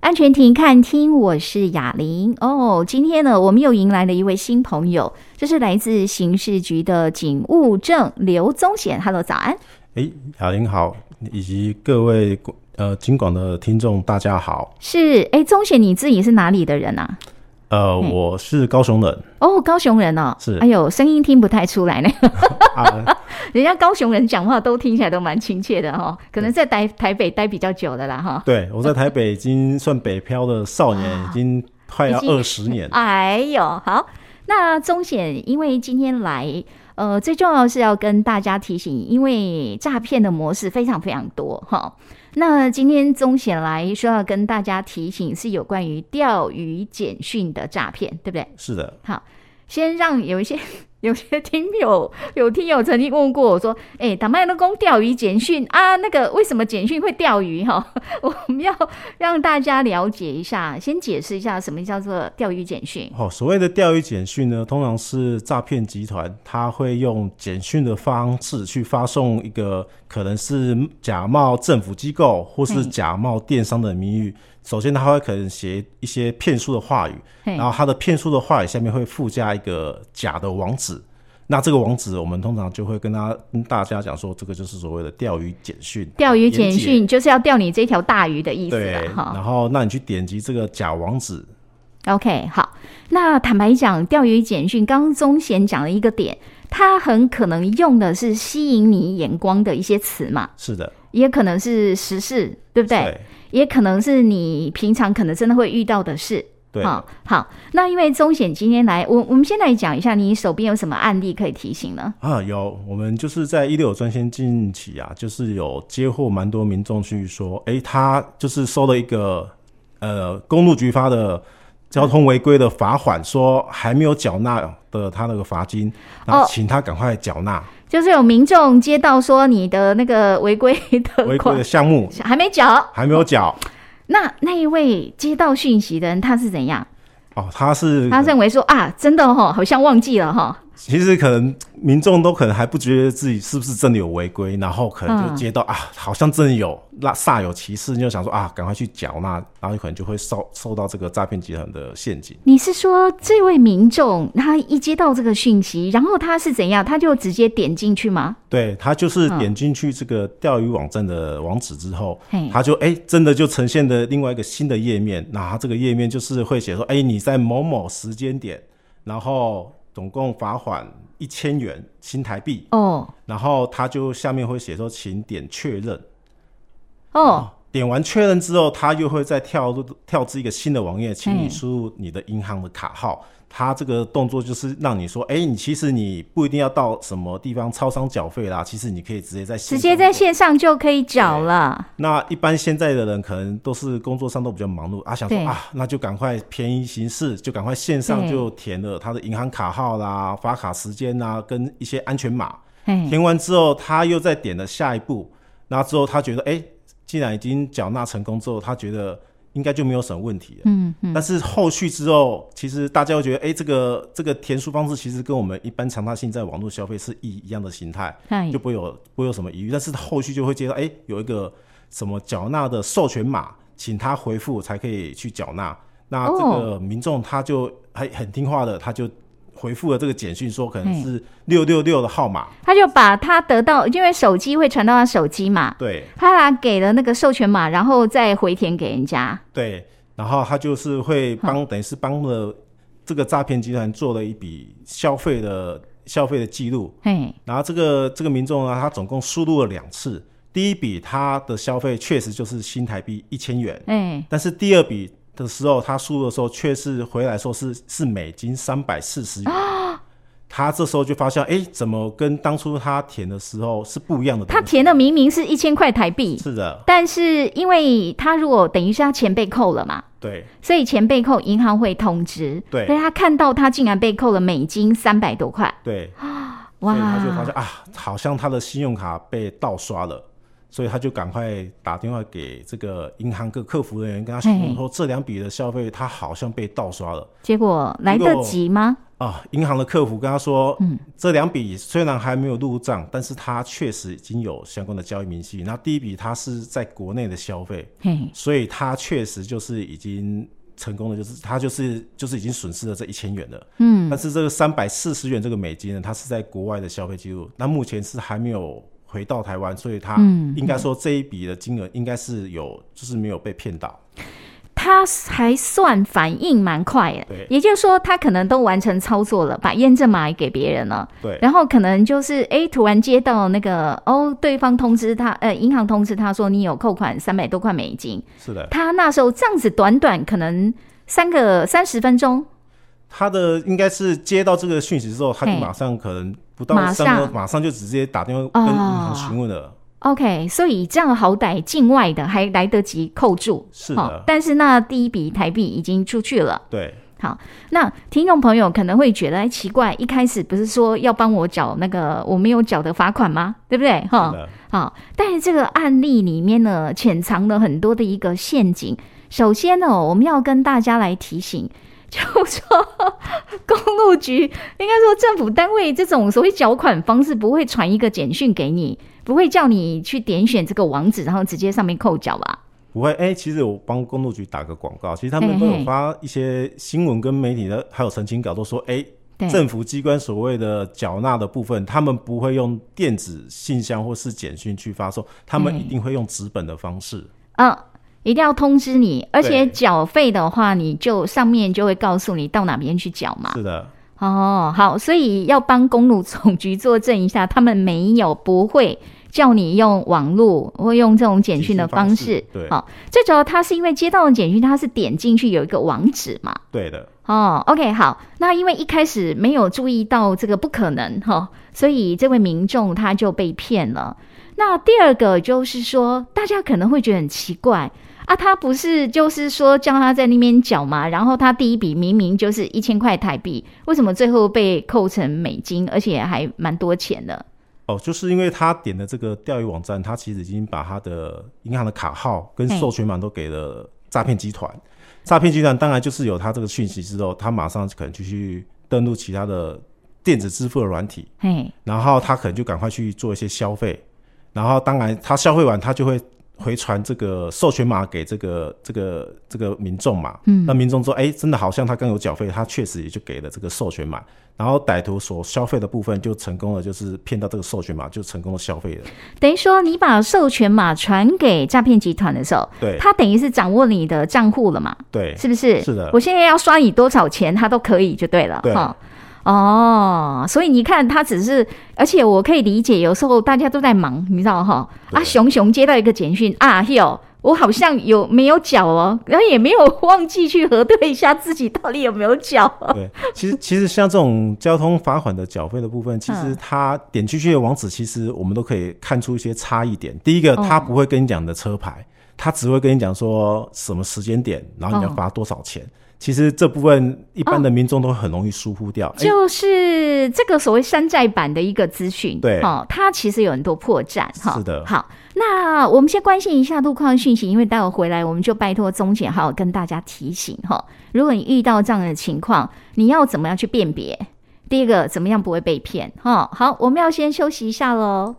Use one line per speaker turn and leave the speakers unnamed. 安全亭看听，我是雅玲。哦，今天呢，我们又迎来了一位新朋友，这是来自刑事局的警务证刘宗显。Hello，早安。
哎，雅玲好，以及各位呃金广的听众大家好。
是，哎，宗显你自己是哪里的人啊？
呃，
嗯
我是高雄 人
哦，高雄人哦。
是
哎呦，声音听不太出来呢。
啊，
人家高雄人讲话都听起来都蛮亲切的哈、哦，可能在台台北待比较久的啦哈、
对我在台北已经算北漂的少年，已经快要
已经
二十年。
哎呦，好，那钟显，因为今天来，呃，最重要的是要跟大家提醒，因为诈骗的模式非常非常多哈。那今天钟显来说要跟大家提醒是有关于钓鱼简讯的诈骗，对不对？
是的，
先让有一些 有些听友有听友曾经问过我说：“哎、打麦都公钓鱼简讯啊，那个为什么简讯会钓鱼？”哈、 我们要让大家了解一下，先解释一下什么叫做钓鱼简讯。
哦，所谓的钓鱼简讯呢，通常是诈骗集团他会用简讯的方式去发送一个可能是假冒政府机构或是
嗯
假冒电商的名誉。首先，他会可能写一些骗术的话语，
嘿
然后他的骗术的话语下面会附加一个假的网址。那这个网址，我们通常就会跟他跟大家讲说，这个就是所谓的钓鱼简讯。
钓鱼简
连结
讯就是要钓你这条大鱼的意思
对
啦，，哈
然。后那你去点击这个假网址，
OK，好。那坦白讲，钓鱼简讯，刚刚宗贤讲了一个点，他很可能用的是吸引你眼光的一些词嘛，
是的，
也可能是时事，对不对？
对
也可能是你平常可能真的会遇到的事。
对，
好、好。那因为宗显今天来，我我们先来讲一下你手边有什么案例可以提醒呢？
啊，有，我们就是在一六专线近期啊，就是有接获蛮多民众去说，诶，他就是收了一个呃公路局发的交通违规的罚款，说还没有缴纳的他那个罚金，然后
哦
请他赶快缴 纳
就是有民众接到说你的那个违规的
违规
款
的项目
还没缴，
还没有缴。
那那一位接到讯息的人他是怎样？
哦，他是
他认为说啊，真的哦，好像忘记了哈、
其实可能民众都可能还不觉得自己是不是真的有违规，然后可能
嗯
就接到、啊，好像真的有，那煞有其事，你就想说啊，赶快去缴纳，然后可能就会受受到这个诈骗集团的陷阱。
你是说这位民众他一接到这个讯息，然后他是怎样？他就直接点进去吗？
对他就是
嗯
点进去这个钓鱼网站的网址之后，
嘿
他就哎、真的就呈现了另外一个新的页面，那他这个页面就是会写说，哎、你在某某时间点，然后总共罚款一千元新台币，
哦
然后他就下面会写说，请点确认。
哦，
点完确认之后，它又会再跳入跳至一个新的网页，请
嗯
你输入你的银行的卡号。它这个动作就是让你说，哎、你其实你不一定要到什么地方超商缴费啦，其实你可以直接在线
直接在
上做。
线上就可以缴了。
那一般现在的人可能都是工作上都比较忙碌啊，想说
对
啊，那就赶快便宜行事，就赶快线上
对
就填了他的银行卡号啦、发卡时间啦，跟一些安全码。
嘿，
填完之后，他又再点了下一步，那之后他觉得，哎、既然已经缴纳成功之后，他觉得应该就没有什么问题了。
嗯嗯，
但是后续之后，其实大家会觉得，哎、这个这个填书方式其实跟我们一般常态性在网络消费是一一样的形态，
嗨
就不会有不会有什么疑虑。但是后续就会接到，哎、有一个什么缴纳的授权码，请他回复才可以去缴纳。那这个民众他就还很听话的，他就回复了这个简讯，说可能是六六六的号码。
他就把他得到，因为手机会传到他手机嘛，
对
他把他给了那个授权码，然后再回填给人家。
对，然后他就是会帮，等于是帮了这个诈骗集团做了一笔消费的消费的记录。
嘿，
然后这个这个民众呢，他总共输入了两次，第一笔他的消费确实就是新台币一千元，
哎，
但是第二笔的时候，他输入的时候却是回来说是是美金三百四十元。他这时候就发现，哎，怎么跟当初他填的时候是不一样的东
他
西？
填的明明是一千块台币，
是的，
但是因为他如果等于是他钱被扣了嘛，
对
所以钱被扣，银行会通知。
对
所以他看到他竟然被扣了美金三百多块，
对。
哇！
所以他就发现啊，好像他的信用卡被盗刷了，所以他就赶快打电话给这个银行个客服哦人员，跟他询问说这两笔的消费他好像被盗刷了。
结果来得及吗？
啊，银行的客服跟他说，
嗯，
这两笔虽然还没有入账，但是他确实已经有相关的交易明细。那第一笔他是在国内的消费，
嘿，
所以他确实就是已经成功的，就是他就是就是已经损失了这一千元了。
嗯，
但是这个三百四十元这个美金呢，它是在国外的消费记录，那目前是还没有回到台湾，所以他
嗯
应该说这一笔的金额应该是有，就是没有被骗到。
他还算反应蛮快的
对，
也就是说他可能都完成操作了，把验证码也给别人了，
对，
然后可能就是诶，突然接到那个哦，对方通知他，呃，银行通知他说你有扣款三百多块美金，
是的，
他那时候这样子短短可能三个三十分钟，
他的应该是接到这个讯息之后，他就
嘿
马上可能不到
马
三分钟，
上哦
马上就直接打电话跟银行询问了。
OK，所以这样好歹境外的还来得及扣住，
是的
好但是那第一笔台币已经出去了。
对，
好，那听众朋友可能会觉得哎奇怪，一开始不是说要帮我缴那个我没有缴的罚款吗？对不对？
是
哈，
的，
好，啊但是这个案例里面呢，潜藏了很多的一个陷阱。首先呢，我们要跟大家来提醒。 就是说，公路局应该说政府单位这种所谓缴款方式，不会传一个简讯给你，不会叫你去点选这个网址，然后直接上面扣缴吧？
不会。哎、其实我帮公路局打个广告，其实他
嘿
们都
嘿
有发一些新闻跟媒体的，还有澄清稿，都说哎。
对，
政府机关所谓的缴纳的部分，他们不会用电子信箱或是简讯去发送，他
嗯
们一定会用纸本的方式。
嗯，一定要通知你，而且
对
缴费的话，你就上面就会告诉你到哪边去缴嘛。
是的，
哦，好，所以要帮公路总局作证一下，他们没有不会叫你用网络或用这种简讯的方
简
式
讯。方式对
好、最主要他是因为接到的简讯，他是点进去有一个网址嘛。
对的，
哦，OK，好，那因为一开始没有注意到这个不可能哈、所以这位民众他就被骗了。那第二个就是说，大家可能会觉得很奇怪啊，他不是就是说叫他在那边缴嘛，然后他第一笔明明就是一千块台币，为什么最后被扣成美金，而且还蛮多钱的？
哦，就是因为他点的这个钓鱼网站，他其实已经把他的银行的卡号跟
嘿
授权码都给了诈骗集团。诈骗集团当然就是有他这个讯息之后，他马上可能就去登录其他的电子支付的软体，
嘿，
然后他可能就赶快去做一些消费，然后当然他消费完，他就会回传这个授权码给这个这个这个民众嘛。嗯，那民众说，哎，真的好像他刚有缴费，他确实也就给了这个授权码，然后歹徒所消费的部分就成功了，就是骗到这个授权码，就成功的消费了。
等于说你把授权码传给诈骗集团的时候，
对
他等于是掌握你的账户了嘛？
对，
是不是？
是的
我现在要刷你多少钱，他都可以，就对了。
对
哈哦，所以你看，他只是，而且我可以理解，有时候大家都在忙，你知道哈？啊，
对
熊熊接到一个简讯啊，哟，我好像有没有缴哦，然后也没有忘记去核对一下自己到底有没有缴。
对，其实其实像这种交通罚款的缴费的部分，其实它点进去的网址，其实我们都可以看出一些差异点。第一个，
哦
它不会跟你讲你的车牌，它只会跟你讲说什么时间点，然后你要罚多少钱。其实这部分一般的民众都很容易疏忽掉。哎
就是这个所谓山寨版的一个资讯，
对
哦，它其实有很多破绽，哈、
是的
好，那我们先关心一下路况的讯息，因为待会回来我们就拜托钟姐好好跟大家提醒哈、如果你遇到这样的情况，你要怎么样去辨别？第一个，怎么样不会被骗？哈、好，我们要先休息一下喽。